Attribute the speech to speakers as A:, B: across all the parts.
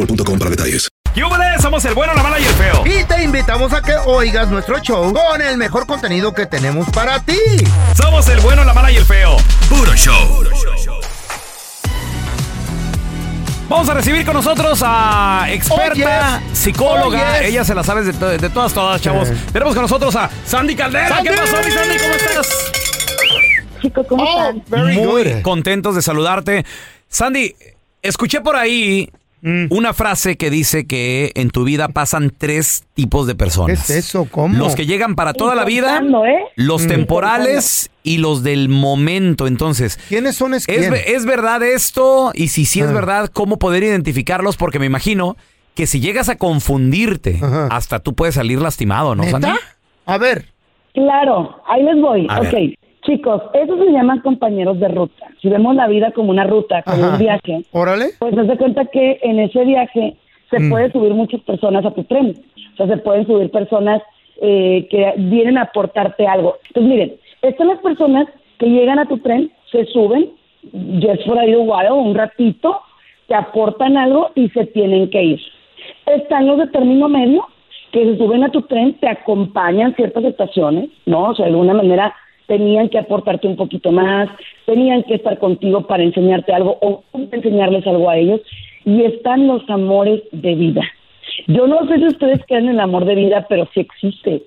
A: com para detalles.
B: ¡Yúbales! Somos el bueno, la mala y el feo.
C: Y te invitamos a que oigas nuestro show con el mejor contenido que tenemos para ti.
B: Somos el bueno, la mala y el feo.
A: Puro show.
B: Vamos a recibir con nosotros a experta
C: Oh, yes.
B: psicóloga.
C: Oh, yes. Eh.
B: Ella se la sabe de, to- de todas, todas, chavos. Tenemos con nosotros a Sandy Caldera. ¿Qué
C: ¡Sandy!
B: pasó, mi Sandy? ¿Cómo Oh. estás?
D: Chicos, ¿cómo están?
B: Muy contentos de saludarte. Sandy, escuché por ahí
C: Mm.
B: una frase que dice que en tu vida pasan tres tipos de personas.
C: ¿Qué es eso? ¿Cómo? Mm.
B: Los que llegan para toda la vida,
D: contando, ¿eh?
B: los temporales y los del momento. Entonces,
C: ¿Quiénes son es
B: ¿Es,
C: quién?
B: ve- es verdad esto? Y si sí es
C: Ah.
B: verdad, ¿cómo poder identificarlos? Porque me imagino que si llegas a confundirte,
C: Ajá.
B: hasta tú puedes salir lastimado, ¿no,
C: ¿Neta?
B: Sandy?
C: A ver.
D: Claro, ahí les voy.
B: A
D: ok,
B: ver.
D: chicos, esos se llaman compañeros de ruta. Si vemos la vida como una ruta, como
C: Ajá.
D: un viaje,
C: Órale.
D: pues haz de cuenta que en ese viaje se
B: Mm.
D: puede subir muchas personas a tu tren. O sea, se pueden subir personas eh, que vienen a aportarte algo. Entonces, miren, están las personas que llegan a tu tren, se suben, just for a little while, un ratito, te aportan algo y se tienen que ir. Están los de término medio, que se suben a tu tren, te acompañan ciertas estaciones, ¿no? O sea, de alguna manera tenían que aportarte un poquito más, tenían que estar contigo para enseñarte algo o tú enseñarles algo a ellos. Y están los amores de vida. Yo no sé si ustedes creen en el amor de vida, pero sí existe.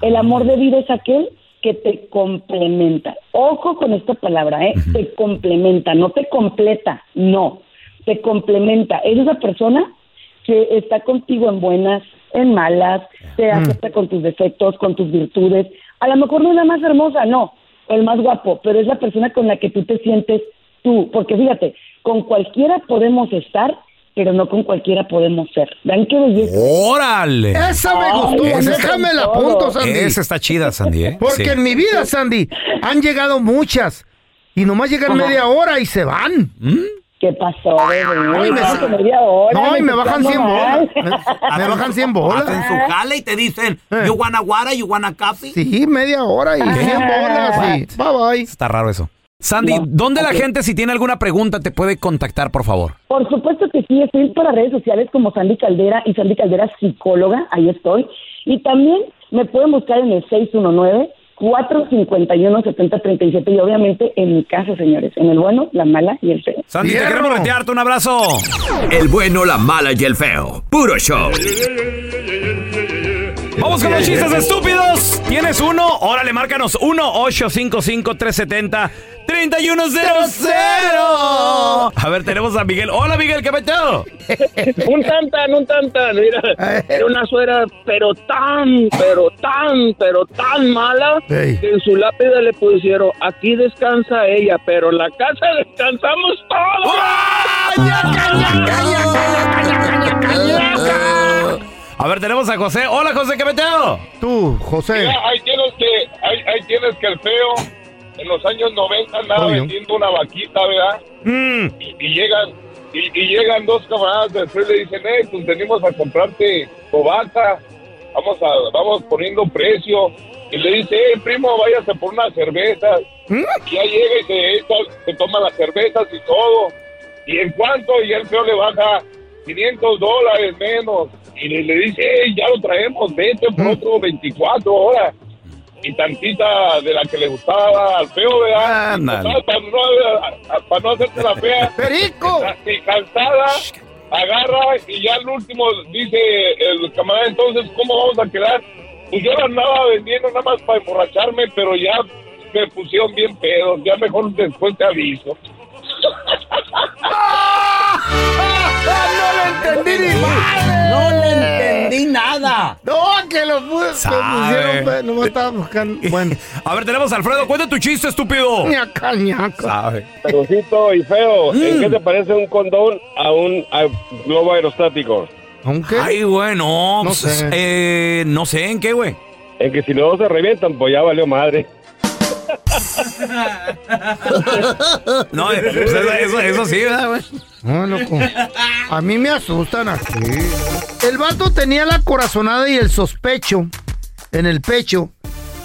D: El amor de vida es aquel que te complementa. Ojo con esta palabra, ¿eh? Te complementa, no te completa, no. Te complementa. Es esa persona que está contigo en buenas, en malas, te acepta con tus defectos, con tus virtudes. A lo mejor no es la más hermosa, no, o el más guapo, pero es la persona con la que tú te sientes tú. Porque fíjate, con cualquiera podemos estar, pero no con cualquiera podemos ser. ¿Vean qué belleza?
B: ¡Órale!
C: Esa me
D: Ay,
C: gustó.
D: esa está
C: Déjame
D: con
C: la
D: todo.
C: apunto, Sandy.
B: Esa está chida, Sandy, ¿eh?
C: Porque
B: Sí.
C: en mi vida, Sandy, han llegado muchas. Y nomás llegan
D: Ajá.
C: media hora y se van.
D: ¿Qué pasó, bebé?
C: Ay, me-
D: Ay, que media hora,
C: no, y me bajan
D: estás
C: 100
B: ¿eh?
C: bolas.
D: mal.
C: Me, me bajan 100 bolas.
B: Hacen su jale y te dicen,
C: Eh.
B: ¿you wanna water, you wanna coffee?
C: Sí, media hora y 100 bolas. Y bye bye.
B: Está raro eso. Sandy,
D: No,
B: ¿dónde
D: ok.
B: la gente, si tiene alguna pregunta, te puede contactar, por favor?
D: Por supuesto que sí, estoy para redes sociales como Sandy Caldera y Sandy Caldera psicóloga, ahí estoy. Y también me pueden buscar en el 619-451-7037 y obviamente en mi casa, señores, en el bueno, la mala y el feo.
B: Sandy, te
C: ¡Fierro!
B: queremos retearte. Un abrazo.
E: El bueno, la mala y el feo. Puro show.
B: Vamos con los chistes estúpidos. ¿Tienes uno? Órale, márcanos.
C: Oh.
B: 1-855-370-3100. A ver, tenemos a Miguel. Hola, Miguel, ¿qué peteo?
F: Un tantan, un tantan, mira.
B: Eh.
F: Era una suegra, pero tan, pero tan, pero tan mala
C: Ey.
F: que en su lápida le pusieron, aquí descansa ella, pero en la casa descansamos todos.
B: A ver, tenemos a José. Hola, José, ¿qué peteo?
C: Tú, José.
G: Mira, ahí tienes que, ahí, ahí tienes que el feo en los años 90 andaba
C: Obvio.
G: vendiendo una vaquita, ¿verdad?
B: Mm,
G: Y, y llegan, Y, y llegan dos camaradas después le dicen, hey, pues venimos a comprarte cobata, vamos a, vamos poniendo precio. Y le dice, hey, primo, váyase por una cerveza. Y ya llega y se, echa- se toma las cervezas y todo. ¿Y en cuánto? Y el feo le baja 500 dólares menos. Y le, le dice, hey, ya lo traemos, vete por otro 24 horas. Y tantita de la que le gustaba al feo, ¿verdad? Y
B: Ándale.
G: total, para no, a- para no hacerte la fea.
C: ¡Perico!
G: Y cansada, agarra y ya al último dice el camarada, entonces, ¿cómo vamos a quedar? Pues yo la andaba vendiendo nada más para emborracharme, pero ya me pusieron bien pedos, ya mejor después te aviso.
C: ¡No le entendí ni madre!
H: No le entendí nada.
C: ¡No, que lo puse!
B: Sabe.
C: pusieron, pues, nomás estaba buscando. Bueno,
B: A ver, tenemos a Alfredo. Cuenta tu chiste, estúpido.
C: ñaca, ñaca.
B: Sabe.
G: Perucito y feo, ¿en qué te parece un condón a un a globo aerostático?
C: Aunque.
B: Ay, güey, no.
C: No
B: pues,
C: sé.
B: eh, no sé en qué, güey.
G: En que si los dos se revientan, pues ya valió madre.
B: No, eh, pues, eso, eso- eso sí, ¿verdad, güey?
C: No, loco. A mí me asustan así. El vato tenía la corazonada y el sospecho en el pecho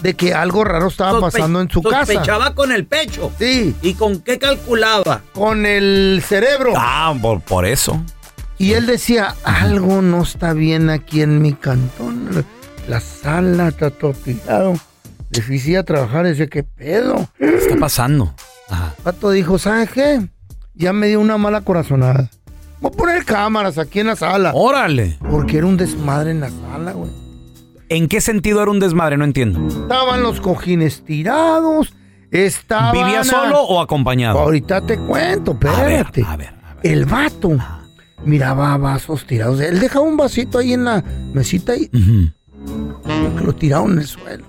C: de que algo raro estaba
H: Sospe-
C: pasando en su casa.
H: Pues, Sospechaba con el pecho.
C: Sí,
H: ¿Y con qué calculaba?
C: con el cerebro.
B: Ah, por, por eso.
C: Y él decía, algo no está bien aquí en mi cantón. La sala está todo tirado. Difícil trabajar, decía, ¿qué pedo?
B: ¿Qué está pasando? Ajá.
C: Pato dijo, ¿sabes qué? Ya me dio una mala corazonada. Voy a poner cámaras aquí en la sala.
B: Órale.
C: Porque era un desmadre en la sala, güey.
B: ¿En qué sentido era un desmadre? No entiendo.
C: Estaban los cojines tirados. Estaba.
B: ¿Vivía solo o acompañado?
C: Ahorita te cuento,
B: A ver,
C: espérate.
B: a ver, Ah. a ver.
C: El vato miraba vasos tirados. Él dejaba un vasito ahí en la mesita y
B: Ujú.
C: que lo tiraron en el suelo.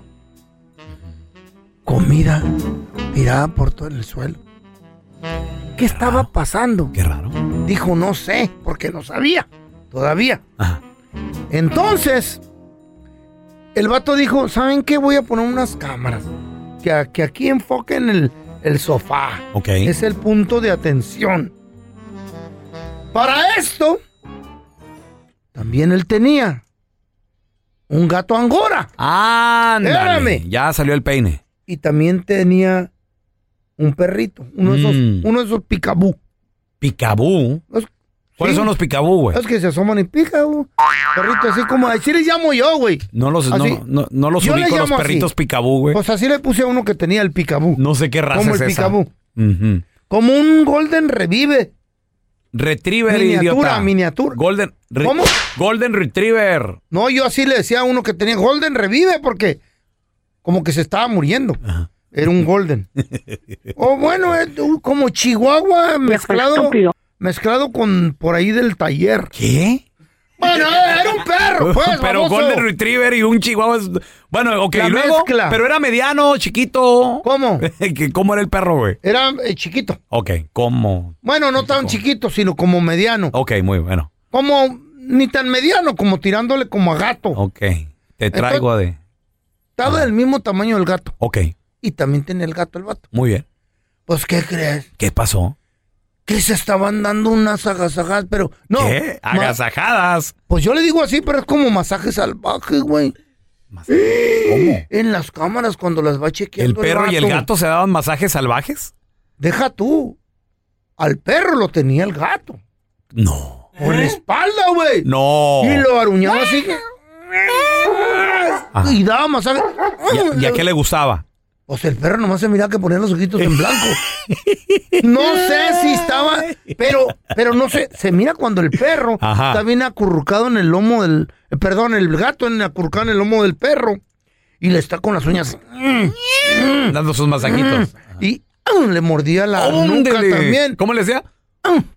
C: Comida tirada por todo en el suelo. ¿Qué estaba pasando?
B: Qué raro.
C: Dijo, no sé, porque no sabía todavía.
B: Ajá.
C: Entonces, el vato dijo, ¿saben qué? Voy a poner unas cámaras. Que, a- que aquí enfoquen el, el sofá.
B: Ok.
C: Es el punto de atención. Para esto, también él tenía un gato angora.
B: Ándale.
C: Espérame.
B: Ya salió el peine.
C: Y también tenía un perrito. Uno de esos,
B: Mm.
C: uno de esos picabú.
B: Picabú.
C: Los-
B: ¿Cuáles
C: sí,
B: son los picabú, güey?
C: Los que se asoman y picabú. Perrito, así como así les llamo yo, güey.
B: No los, no,
C: Así.
B: no- no los
C: Yo le
B: ubico los
C: llamo así.
B: perritos picabú, güey.
C: Pues así le puse a uno que tenía el picabú.
B: No sé qué raza
C: como
B: es
C: el
B: esa.
C: picabú.
B: Ujú.
C: Como un Golden Revive.
B: Retriever,
C: Miniatura,
B: idiota.
C: miniatura.
B: Golden. re-
C: ¿Cómo?
B: Golden Retriever.
C: No, yo así le decía a uno que tenía Golden Revive porque como que se estaba muriendo. Era un Golden. o bueno, es un- como Chihuahua mezclado,
D: estúpido.
C: mezclado con por ahí del taller.
B: ¿Qué?
C: Bueno, era un perro, pues.
B: pero
C: baboso.
B: Golden Retriever y un Chihuahua. es- Bueno, ok,
C: La
B: y luego.
C: mezcla.
B: Pero era mediano, chiquito.
C: ¿Cómo?
B: ¿Qué- ¿Cómo era el perro, güey?
C: Era eh, chiquito.
B: Ok, ¿cómo?
C: Bueno, no tan chiquito, sino como mediano.
B: Ok, muy bueno.
C: Como ni tan mediano, como tirándole como a gato.
B: Ok. Te traigo a de.
C: Estaba del mismo tamaño del gato.
B: Ok,
C: Y también tenía el gato el vato.
B: muy bien.
C: Pues, ¿qué crees?
B: ¿Qué pasó?
C: Que se estaban dando unas agasajadas, pero no.
B: ¿Qué?
C: ma-
B: Agasajadas.
C: Pues yo le digo así, pero es como masaje salvaje, güey.
B: ¿Cómo?
C: En las cámaras cuando las va
B: ¿El
C: chequeando.
B: perro y el
C: vato.
B: gato se daban masajes salvajes?
C: Deja tú. Al perro lo tenía el gato.
B: No.
C: Por la espalda, güey.
B: No.
C: Y lo aruñaba así.
B: Ajá.
C: Y daba masaje.
B: Ah. ¿Y a- ¿Y a qué le gustaba? Eh,
C: Pues el perro nomás se miraba que ponía los ojitos en blanco. No sé si estaba, pero, pero no sé, se mira cuando el perro
B: Ajá.
C: está bien acurrucado en el lomo del, eh, perdón, el gato en acurrucado en el lomo del perro y le está con las uñas
B: Mm. Dando sus masajitos.
C: y ¡ah! le mordía la nuca
B: Ándele.
C: también Ah,
B: ¿Cómo le decía?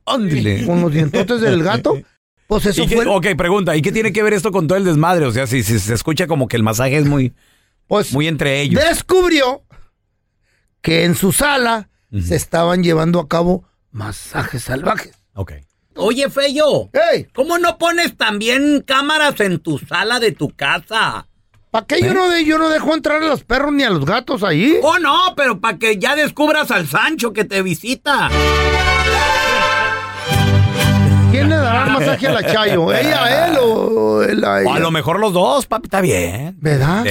B: Ándele.
C: con los dientotes del gato. Pues eso
B: ¿Y qué-
C: fue,
B: ok, pregunta, ¿y qué tiene que ver esto con todo el desmadre? O sea, si, si se escucha como que el masaje es muy,
C: pues
B: muy entre ellos.
C: descubrió que en su sala se estaban llevando a cabo masajes salvajes.
B: Ok.
H: Oye, Feyo,
C: ¡Ey!
H: ¿cómo no pones también cámaras en tu sala de tu casa?
C: ¿Para qué
B: ¿Eh?
C: yo, no de- yo no dejo entrar a los perros ni a los gatos ahí?
H: Oh, no, pero para que ya descubras al Sancho que te visita.
C: ¿Quién le dará el masaje a la Chayo? ¿Ella a él o él a
B: O a
C: ella?
B: lo mejor los dos, papi, está bien. Eh,
C: ¿Verdad?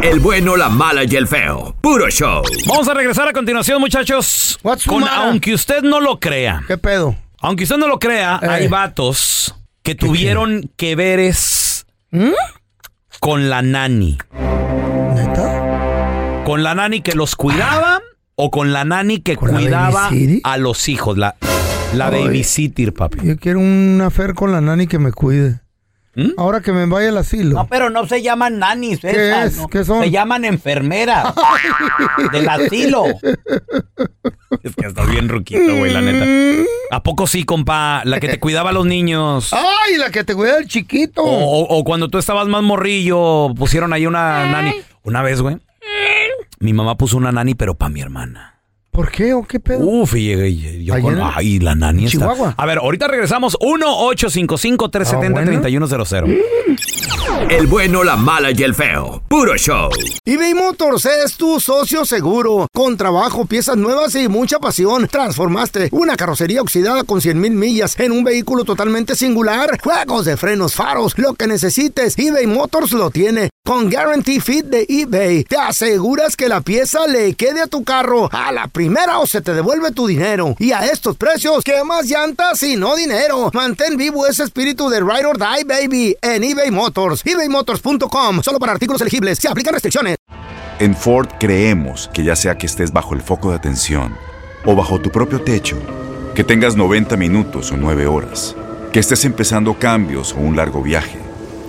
E: El bueno, la mala y el feo. Puro show.
B: Vamos a regresar a continuación, muchachos. Con,
C: matter?
B: aunque usted no lo crea,
C: ¿Qué pedo?
B: aunque usted no lo crea, hay vatos que tuvieron que veres
C: ¿Mm?
B: con la nani. Con la nani que los cuidaba o con la nani que
C: la
B: cuidaba
C: babysitter?
B: a los hijos. La, la
C: Ay.
B: babysitter, papi.
C: Yo quiero una fer con la nani que me cuide.
B: ¿Mm?
C: Ahora que me vaya al asilo.
H: No, pero no se llaman nanis, esas,
C: es?
H: no.
C: ¿Qué son?
H: Se llaman enfermeras del asilo.
B: Es que estás bien ruquito, güey, la neta. ¿A poco sí, compa? La que te cuidaba a los niños.
C: ¡Ay, la que te cuida el chiquito!
B: O, o- o cuando tú estabas más morrillo, pusieron ahí una nani. Una vez, güey. Mi mamá puso una nani, pero para mi hermana.
C: ¿Por qué o qué pedo?
B: Uf, y llegué y- yo
C: ¿Ahí
B: con.
C: en el-
B: Ay, la nani está.
C: Chihuahua? Ah,
B: A ver, ahorita regresamos. 1-855-370-3100.
E: El bueno, la mala y el feo. Puro show.
C: eBay Motors es tu socio seguro. Con trabajo, piezas nuevas y mucha pasión, transformaste una carrocería oxidada con 100 mil millas en un vehículo totalmente singular. Juegos de frenos, faros, lo que necesites, eBay Motors lo tiene. Con Guarantee Fit de eBay, te aseguras que la pieza le quede a tu carro a la primera o se te devuelve tu dinero. Y a estos precios, ¿qué más llantas y no dinero? Mantén vivo ese espíritu de Ride or Die, baby, en eBay Motors. ebaymotors.com, solo para artículos elegibles. Se aplican restricciones.
I: En Ford creemos que ya sea que estés bajo el foco de atención o bajo tu propio techo, que tengas 90 minutos o 9 horas, que estés empezando cambios o un largo viaje,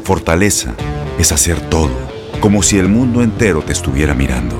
I: fortaleza es hacer todo, como si el mundo entero te estuviera mirando.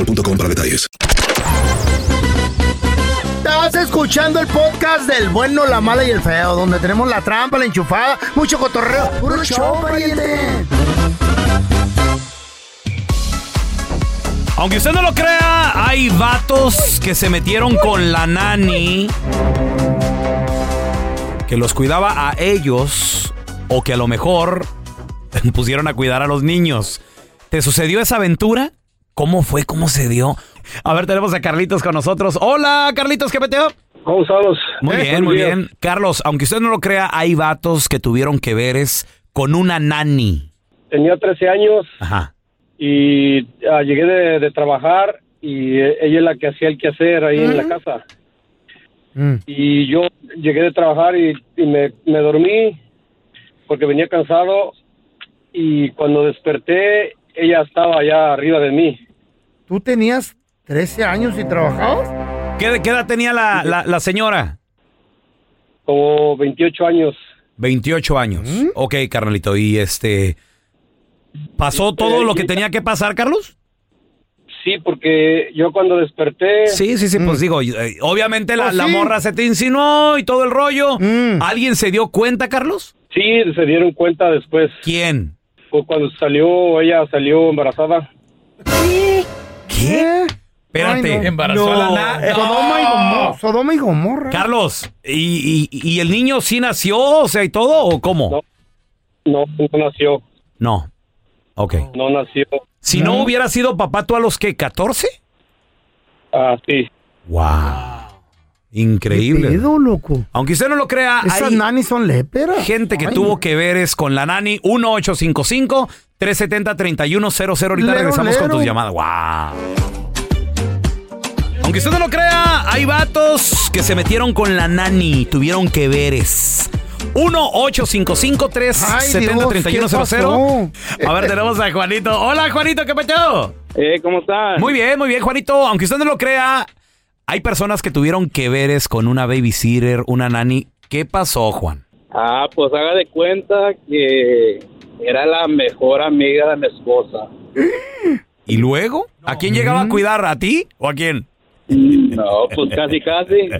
A: para detalles.
C: Estás escuchando el podcast del bueno, la mala y el feo, donde tenemos la trampa, la enchufada, mucho cotorreo. ¡Puro show, pariente!
B: Aunque usted no lo crea, hay vatos que se metieron con la nani que los cuidaba a ellos o que a lo mejor pusieron a cuidar a los niños. ¿Te sucedió esa aventura? ¿Cómo fue? ¿Cómo se dio? A ver, tenemos a Carlitos con nosotros. Hola, Carlitos, ¿qué peteo?
G: ¿Cómo estamos?
B: Muy
G: Eh,
B: bien,
G: buenos
B: muy
G: días.
B: bien. Carlos, aunque usted no lo crea, hay vatos que tuvieron que veres con una nani.
G: Tenía 13 años
B: Ajá.
G: y ah, llegué de, de trabajar y eh, ella es la que hacía el quehacer ahí en la casa. Y yo llegué de trabajar y, y me, me dormí porque venía cansado y cuando desperté ella estaba allá arriba de mí.
C: ¿Tú tenías 13 años y trabajabas?
B: ¿Qué, qué edad tenía la, la- la señora?
G: como 28 años.
B: 28 años. Ok, carnalito. ¿Y este. ¿Pasó todo lo que tenía que pasar, Carlos?
G: eh, Sí, porque yo cuando desperté, Mm.
B: Sí, sí, sí. Pues digo, eh, obviamente la,
C: Pues
B: la
C: sí.
B: morra se te insinuó y todo el rollo.
C: Mm.
B: ¿Alguien se dio cuenta, Carlos?
G: sí, se dieron cuenta después.
B: ¿Quién?
G: Cu- Cuando salió, ella salió embarazada.
C: ¿Qué?
B: Espérate.
C: Ay, no. Eh,
B: Embarazó
H: a la nana.
C: Sodoma y Gomorra. Sodoma y Gomorra.
B: Carlos, ¿y, y, y el niño sí nació? O sea, ¿y todo? ¿O cómo?
G: No. No, no nació,
B: No. Ok.
G: no nació.
B: Si no hubiera sido papá, ¿tú a los que? ¿14?
G: Ah, sí.
B: ¡Wow!
C: ¿Qué
B: Increíble.
C: pedo, loco?
B: Aunque usted no lo crea,
C: Esas
B: hay
C: nanis son léperas.
B: gente que
C: Ay,
B: tuvo que ver es con la nani 1855 370 3100 ahorita
C: Lero,
B: regresamos con
C: lero.
B: tus llamadas. ¡Wow! Aunque usted no lo crea, hay vatos que se metieron con la nani, tuvieron que veres. 1-855-370-3100.
C: Ay, Dios, ¿qué pasó?
B: A ver, tenemos a Juanito. Hola, Juanito, ¿qué pecho?
G: Eh, ¿Cómo estás?
B: Muy bien, muy bien, Juanito. Aunque usted no lo crea, hay personas que tuvieron que veres con una babysitter, una nani. ¿Qué pasó, Juan?
F: Ah, pues haga de cuenta que era la mejor amiga de mi esposa.
B: ¿Y luego? ¿A quién llegaba a cuidar? ¿A ti o a quién?
F: No, pues casi, casi.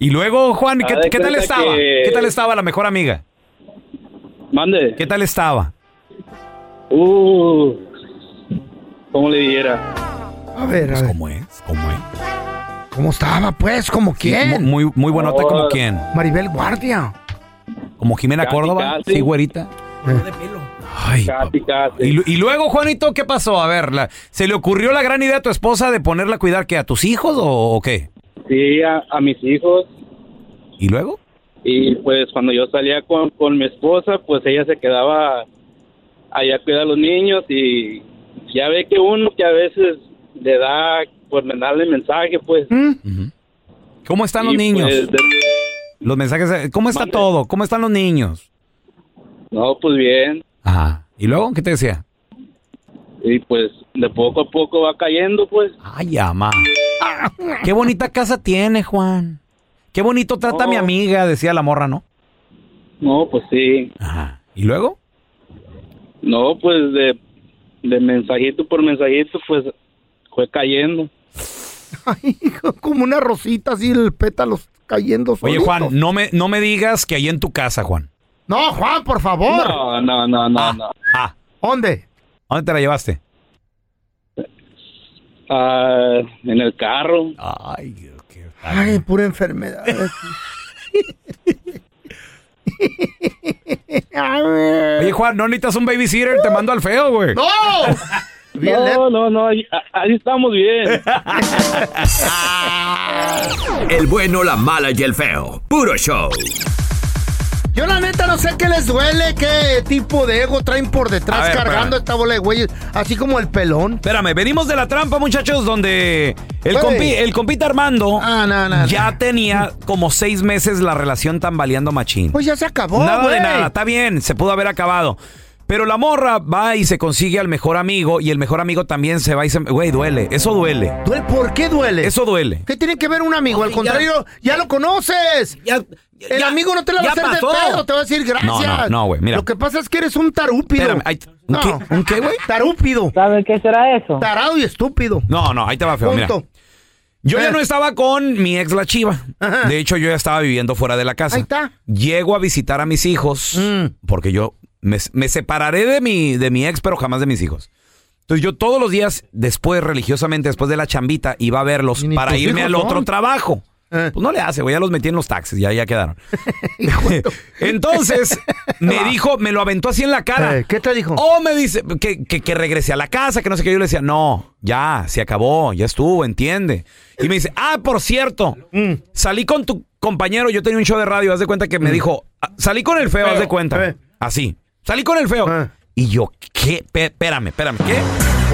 B: Y luego, Juan, ¿qué,
F: Haz de
B: qué tal
F: cuenta
B: estaba?
F: que-
B: ¿Qué tal estaba la mejor amiga?
F: Mande.
B: ¿Qué tal estaba?
F: Uh, ¿cómo le dijera?
C: A ver, a ver.
B: Pues, ¿Cómo es? ¿Cómo es?
C: ¿Cómo estaba, pues? ¿Como
B: Mu-
C: quién?
B: Muy, muy buenota,
F: Oh.
B: ¿como quién?
C: Maribel Guardia.
B: ¿Como Jimena
F: Casi,
B: Córdoba?
F: casi.
B: ¿Sí, güerita?
C: Eh,
H: de pelo.
B: Ay,
F: Casi, casi.
B: Y, lu- y luego, Juanito, ¿qué pasó? A ver, la- ¿se le ocurrió la gran idea a tu esposa de ponerla a cuidar que a tus hijos o, o qué?
F: Sí, a, a mis hijos.
B: ¿Y luego?
F: Y pues cuando yo salía con, con mi esposa, pues ella se quedaba allá a cuidar a los niños y ya ve que uno que a veces le da por mandarle mensaje, pues.
C: ¿Mm?
B: Ujú. ¿Cómo están los
F: Y,
B: niños?
F: pues, de-
B: Los mensajes, eh, ¿cómo está
F: Mande.
B: todo? ¿Cómo están los niños?
F: no, pues bien.
B: Ajá. ¿Y luego qué te decía?
F: Y pues de poco a poco va cayendo, pues.
B: Ay, ama. Qué bonita casa tiene, Juan. Qué bonito trata a mi
F: Oh.
B: amiga, decía la morra, ¿no?
F: No, pues sí.
B: Ajá. ¿Y luego?
F: No, pues de, de mensajito por mensajito, pues fue cayendo.
C: Ay, hijo, como una rosita así, el pétalos cayendo
B: Oye,
C: solitos.
B: Juan, no me, no me digas que ahí en tu casa, Juan.
C: No, Juan, por favor.
F: No, no, no, no, no.
B: Ah,
C: ¿Dónde?
B: ¿a ¿dónde te la llevaste?
F: Ah, en el carro.
B: Ay, Dios, qué...
C: Ay, pura enfermedad. A ver.
B: Oye, Juan, no necesitas un babysitter, te mando al feo, güey.
C: ¡No! Bien, ¿eh? le-
F: No, no, no, ahí, ahí estamos bien.
E: El bueno, la mala y el feo. Puro show.
C: Yo la neta no sé qué les duele, qué tipo de ego traen por detrás
B: A ver,
C: cargando
B: espérame.
C: esta bola de güeyes, así como el pelón.
B: Espérame, venimos de la trampa, muchachos, donde el,
C: Güey.
B: compi- el compita Armando
C: Ah, no, no, no.
B: ya tenía como seis meses la relación tambaleando machín.
C: Pues ya se acabó,
B: nada
C: güey.
B: de nada, está bien, se pudo haber acabado. Pero la morra va y se consigue al mejor amigo y el mejor amigo también se va y se... Güey, duele, eso duele,
C: Duele- ¿Por qué duele?
B: eso duele.
C: ¿Qué tiene que ver un amigo? Al
H: Oye, ya-
C: contrario, ya, lo conoces.
H: Ya, ya-
C: El amigo no te la va a
H: ya
C: hacer
H: pasó.
C: de pedo, te va a decir gracias.
B: no, no, güey, mira.
C: Lo que pasa es que eres un tarúpido.
B: Espérame, ay, ¿un qué? ¿Un qué, güey?
C: Tarúpido.
D: ¿Saben qué será eso?
C: Tarado y estúpido.
B: No, no, ahí te va feo, mira.
C: Punto.
B: Yo ya
C: Eh.
B: no estaba con mi ex la chiva.
C: Ajá.
B: De hecho, yo ya estaba viviendo fuera de la casa.
C: Ahí está.
B: Llego a visitar a mis hijos
C: Mm.
B: porque yo me, me separaré de mi, de mi ex, pero jamás de mis hijos. Entonces yo todos los días, después, religiosamente, después de la chambita, iba a verlos
C: Y ni
B: para
C: tus
B: irme
C: hijos
B: al
C: son.
B: otro trabajo.
C: Eh.
B: Pues no le hace, güey, ya los metí en los taxis, ya, ya quedaron. Entonces, me dijo, me lo aventó así en la cara.
C: Eh, ¿Qué te dijo?
B: Oh, me dice que, que, que regrese a la casa, que no sé qué. Yo le decía, no, ya, se acabó, ya estuvo, entiende. Y me dice, ah, por cierto,
C: Mm.
B: salí con tu compañero, yo tenía un show de radio, haz de cuenta que me dijo, "Ah, salí con el feo, haz de cuenta.
C: eh.
B: Así, salí con el feo.
C: Eh.
B: Y yo, ¿qué? Pe- Espérame, espérame, ¿qué?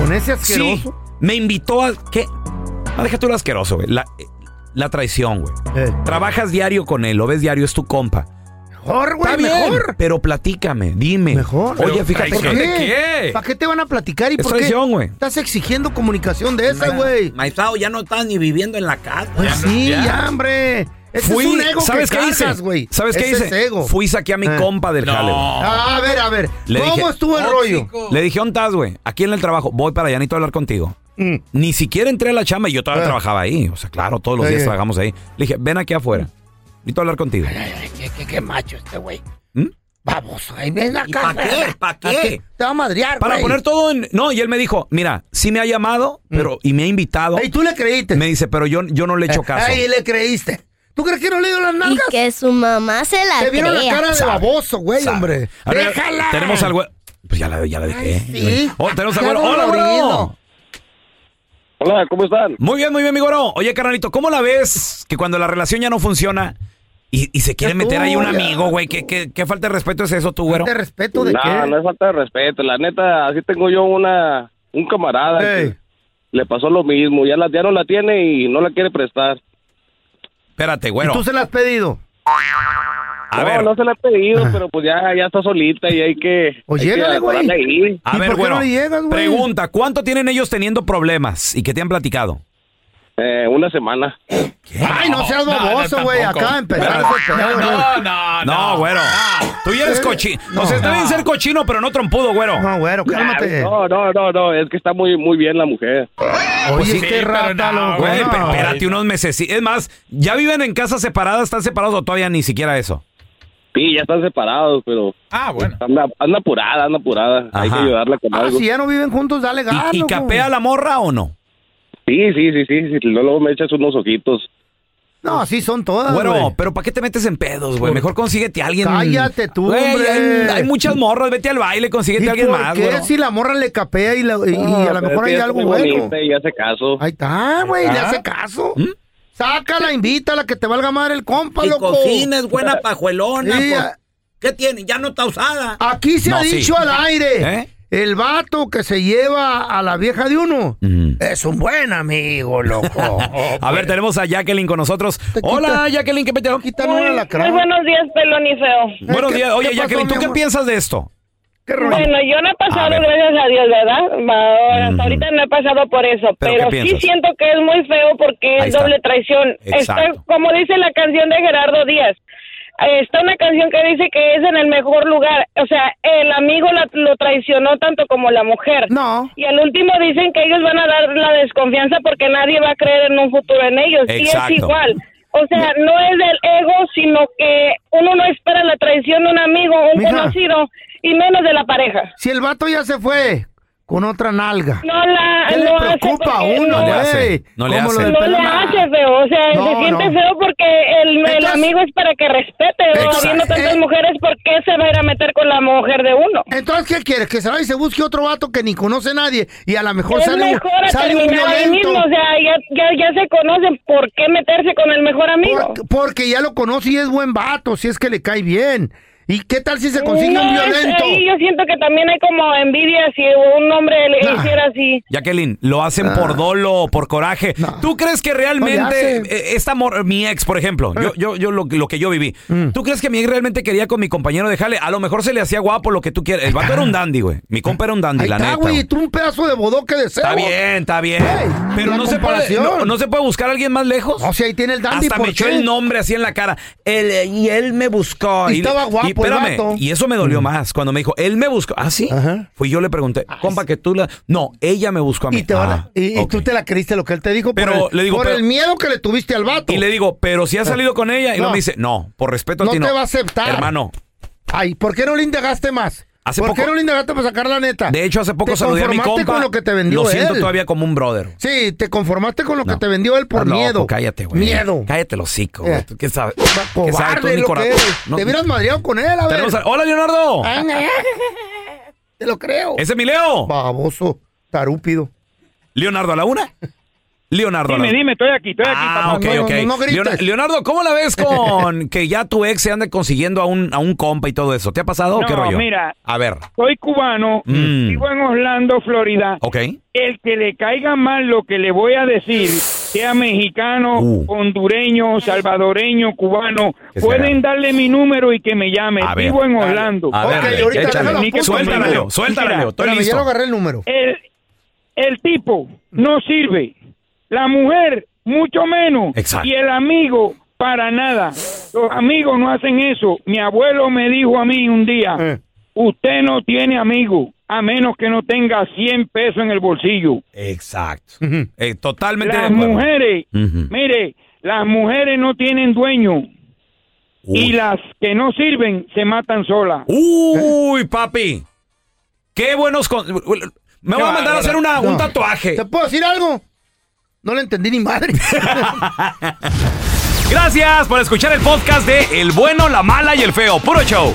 C: Con ese
B: Sí,
C: asqueroso.
B: me invitó a... ¿Qué? Ah, deja tú lo asqueroso, güey. La, la traición, güey.
C: Eh.
B: Trabajas diario con él, lo ves diario, es tu compa.
C: Mejor, güey,
B: Está bien,
C: mejor.
B: pero platícame, dime.
C: Mejor.
B: Oye, fíjate,
C: ¿Por
B: ¿por
C: qué? ¿Para qué te van a platicar y
B: Es
C: por qué
B: traición, güey.
C: estás exigiendo comunicación de esa, güey?
H: Maizao ya no está ni viviendo en la casa.
C: Pues sí, ya, hombre. Ese
B: Fui,
C: es un ego
B: ¿sabes
C: que
B: qué
C: cargas,
B: hice?
C: güey.
B: ¿Sabes qué
C: Ese es
B: hice?
C: ego.
B: Fui y saqué a mi
C: Eh.
B: compa del jale. güey.
C: A ver, a ver.
B: Le
C: ¿Cómo
B: dije, "Oh,
C: estuvo el rollo?
B: Le dije, ¿dónde estás, güey? Aquí en el trabajo. Voy para allá, necesito hablar contigo.
C: Mm.
B: Ni siquiera entré a la chamba y yo todavía
C: Eh.
B: trabajaba ahí. O sea, claro, todos los
C: Sí.
B: días trabajamos ahí. Le dije, ven aquí afuera. Necesito hablar contigo.
C: ¿Qué, qué, qué macho este güey.
B: ¿Mm?
C: Vamos, ahí ven acá.
H: para
C: güey.
H: qué? ¿Para qué?
C: ¿A Te va a madrear,
B: Para
C: güey. Mm.
B: poner todo en... No, y él me dijo, mira, sí me ha llamado pero y me ha invitado.
C: Ey, tú le creíste.
B: Me dice, pero yo, yo no le he hecho caso.
C: Ay, le creíste. ¿Tú crees que no le dio las
J: Y
C: nalgas?
J: que su mamá se la
C: Te vieron la
J: crea.
C: cara de
B: Sabe,
C: baboso, güey,
B: Sabe.
C: hombre.
B: A ver,
C: ¡Déjala!
B: Tenemos al güey. Pues ya la, ya la dejé.
C: sí.
B: Oh, tenemos al
C: Ya
B: güero.
C: no
B: ¡Hola,
C: lo
B: güero!
C: abrido.
G: Hola, ¿cómo están?
B: Muy bien, muy bien, mi güero. Oye, carnalito, ¿cómo la ves que cuando la relación ya no funciona y, y se quiere
C: Ya
B: meter ahí un
C: tú, ya.
B: amigo, güey? ¿Qué, qué, qué falta de respeto es eso, tú, güero?
C: ¿Te respeto de
G: no,
C: qué?
G: no es falta de respeto. La neta, así tengo yo una un camarada
C: Ey.
G: que le pasó lo mismo. Ya, la, ya no la tiene y no la quiere prestar.
B: Espérate,
C: ¿Y
B: güero.
C: tú se la has pedido?
B: A
G: no,
B: ver,
G: no se la he pedido, pero pues ya, ya está solita y hay que...
C: O
G: hay que
C: llégale, Pues güey.
G: atorarla ahí.
B: a
C: ¿y
B: ver,
C: por qué
B: güero.
C: no le llegas, güey?
B: Pregunta, ¿cuánto tienen ellos teniendo problemas y que te han platicado?
J: Eh, una semana.
C: Ay, no seas baboso, güey. Acá empezar
B: No, no, no, no, güero. Tú ya eres cochino. o sea, está bien ser cochino, pero no trompudo, güero.
C: No, güero,
J: cálmate. No, no, no, no, es que está muy, muy bien la mujer.
B: Oye,
C: este
B: qué rata, güey. pe- Espérate unos meses. Es más, ¿ya viven en casas separadas? ¿Están separados o todavía ni siquiera eso?
J: Sí, ya están separados, pero.
B: Ah, bueno.
J: Anda, anda apurada, anda apurada. Hay que
B: Ajá.
J: ayudarla con
C: Ah,
J: algo.
C: si ya no viven juntos, dale gano.
J: y capea
B: la morra o no?
J: Sí, sí, sí, sí. sí, Luego luego me echas unos ojitos.
C: No, así son todas,
B: Güero,
C: güey.
B: pero ¿para qué te metes en pedos, güey? Mejor consíguete a alguien.
C: Cállate tú,
B: Güey,
C: hombre.
B: Hay, hay muchas morras, vete al baile, consíguete
C: ¿Y
B: a alguien
C: por
B: más,
C: qué
B: güero.
C: si la morra le capea y, la- y- y a lo mejor hay algo bueno?
J: Y hace caso.
C: Ahí está, güey, le
F: Ah.
J: Ajá.
C: hace caso. Sácala, invítala, que te valga madre el compa,
H: Y
C: loco.
H: cocina, es buena pajuelona.
C: Sí,
H: pues.
C: a-
H: ¿Qué tiene? Ya no está usada.
C: Aquí se ha dicho al aire.
H: ¿Eh?
C: El vato que se lleva a la vieja de uno es un buen amigo, loco.
B: a ver, tenemos a Jacqueline con nosotros. Hola, Jacqueline, ¿qué peteo?
K: Muy buenos días, pelón y feo.
B: Buenos días. Oye, Jacqueline, ¿tú qué piensas de esto?
K: Bueno, yo no he
B: A
K: pasado,
B: ver.
K: gracias a Dios, ¿verdad? Va, Hasta ahorita no he pasado por eso, pero,
B: qué
K: sí
B: piensas?
K: siento que es muy feo porque
B: Ahí
K: es
B: está.
K: doble traición. Está-
B: Exacto.
K: como dice la canción de Gerardo Díaz, eh, está una canción que dice que es en el mejor lugar. O sea, el amigo la- lo traicionó tanto como la mujer.
C: No.
K: Y al último dicen que ellos van a dar la desconfianza porque nadie va a creer en un futuro en ellos. Y es
L: Exacto.
K: igual. O sea, no es del ego, sino que uno no espera la traición de un amigo, un
C: Mija.
K: conocido, y menos de la pareja.
C: Si el vato ya se fue con otra nalga.
K: No la-
C: ¿Qué
K: no
C: le
K: hace
C: preocupa a
K: porque-
C: uno,
K: No le
C: güey?
K: hace,
B: no le
C: Como lo
B: hace.
C: del
K: No le
C: pelón.
K: hace feo, o sea,
C: No,
K: se siente
C: no.
K: feo porque el, el
C: Entonces-
K: amigo es para que respete, ¿no?
C: Exacto.
K: habiendo tantas mujeres, ¿por qué se va a ir a meter con la mujer de uno?
C: Entonces, ¿qué quieres? Que se vaya y se busque otro vato que ni conoce a nadie y a lo mejor
K: es
C: sale, un-
K: mejor a
C: sale un
K: terminar ahí
C: violento.
K: mismo, o sea, ya, ya, ya se conocen, ¿por qué meterse con el mejor amigo?
C: Porque ya lo conoce y es buen vato, si es que le cae bien. ¿Y qué tal si se consigue
K: No,
C: un
K: es- eh,
C: violento?
K: ahí yo siento que también hay como envidia si un hombre le hiciera así.
B: Jacqueline, lo hacen
C: Ah.
B: por dolo, por coraje. ¿Tú crees que realmente eh, esta mor- mi ex, por ejemplo,
C: Eh.
B: yo, yo, yo lo, lo que yo viví,
C: Mm.
B: ¿tú crees que mi ex realmente quería con mi compañero dejarle? A lo mejor se le hacía guapo lo que tú quieras. El vato era un dandy, güey. Mi compa era un dandy, la
C: Ah,
B: neta.
C: güey,
B: güey.
C: tú un pedazo de bodoque de cebo.
B: Está bien, está bien. Pero
C: la
B: no se, puede,
C: comparación.
B: no, no se puede buscar a alguien más lejos.
C: O sea, ahí tiene el dandy.
B: Hasta
C: ¿por
B: me echó
C: qué?
B: el nombre así en la cara. Él, eh, y él me buscó.
C: Y estaba guapo
B: y,
C: el vato. Mm.
B: y eso me dolió más cuando me dijo, él me buscó. Ah, sí. Fui yo le pregunté, compa, que tú la. No, ella me buscó a mí.
C: Ah, Y, te van a-
B: Ah.
C: y- y tú te la creíste lo que él te dijo
B: Pero
C: por, el,
B: le digo,
C: por
B: pero-
C: el miedo que le tuviste al vato. Eh.
B: Y le digo, pero si has salido con ella. Y
C: No.
B: luego me dice, no, por respeto
C: No
B: a ti no.
C: te va a aceptar.
B: Hermano,
C: Ay, ¿por qué no le indagaste más?
B: Hace
C: ¿Por
B: poco-
C: qué no le indagaste para sacar la neta?
B: de hecho, hace poco
C: Te
B: saludé a mi
C: conformaste
B: compa.
C: con lo que te vendió
B: Lo siento
C: él.
B: todavía como un brother.
C: Sí, te conformaste con lo que te vendió él por
B: Estás loco,
C: miedo.
B: Ah, pues cállate, güey.
C: Miedo.
B: Cállate el hocico, güey.
C: Eh.
B: ¿Tú ¿Qué sabes? ¿Qué sabes tú
C: Cobarde
B: mi
C: lo
B: corazón?
C: que eres.
B: No-
C: Te hubieras madreado con él, a ver.
B: Tenemos ¡Oh! a- Hola, Leonardo.
C: Ay, ay, ay. Te lo creo.
B: Ese es mi Leo.
C: Baboso, tarúpido.
B: Leonardo a la una. Leonardo a la
M: Dime, dime, estoy aquí, estoy aquí.
B: Ah,
M: papá.
B: ok,
M: No, no,
B: ok.
M: no, no grites.
B: Leona- Leonardo, ¿cómo la ves con que ya tu ex se anda consiguiendo a un, a un compa y todo eso? ¿Te ha pasado o qué
M: No,
B: rollo?
M: mira.
B: A ver.
M: Soy cubano,
B: Mm.
M: vivo en Orlando, Florida.
B: Ok.
M: El que le caiga mal lo que le voy a decir, sea mexicano, hondureño, salvadoreño, cubano,
B: Uh. Que se
M: pueden darle mi número y que me llame.
B: A ver.
M: vivo en Orlando.
B: A ver,
C: Ok, ahorita
B: échale.
C: déjalo, pues, apúntalo.
B: Suéltala, Leo, suéltala,
M: Mira,
B: Leo. Estoy
C: Espérame, ya lo
B: listo.
C: agarré el número.
M: El, el tipo no sirve. La mujer, mucho menos.
B: Exacto.
M: Y el amigo, para nada. Los amigos no hacen eso. Mi abuelo me dijo a mí un día,
C: Eh.
M: usted no tiene amigo a menos que no tenga 100 pesos en el bolsillo.
B: Exacto. Eh, totalmente
M: Las
B: de acuerdo.
M: mujeres,
B: Ujú.
M: mire, las mujeres no tienen dueño. Y las que no sirven se matan solas.
B: Uy, papi. Qué buenos. con- Me voy a mandar a hacer una, un
C: No.
B: tatuaje.
C: ¿Te puedo decir algo? No le entendí ni madre.
B: Gracias por escuchar el podcast de El bueno, la mala y el feo. Puro show.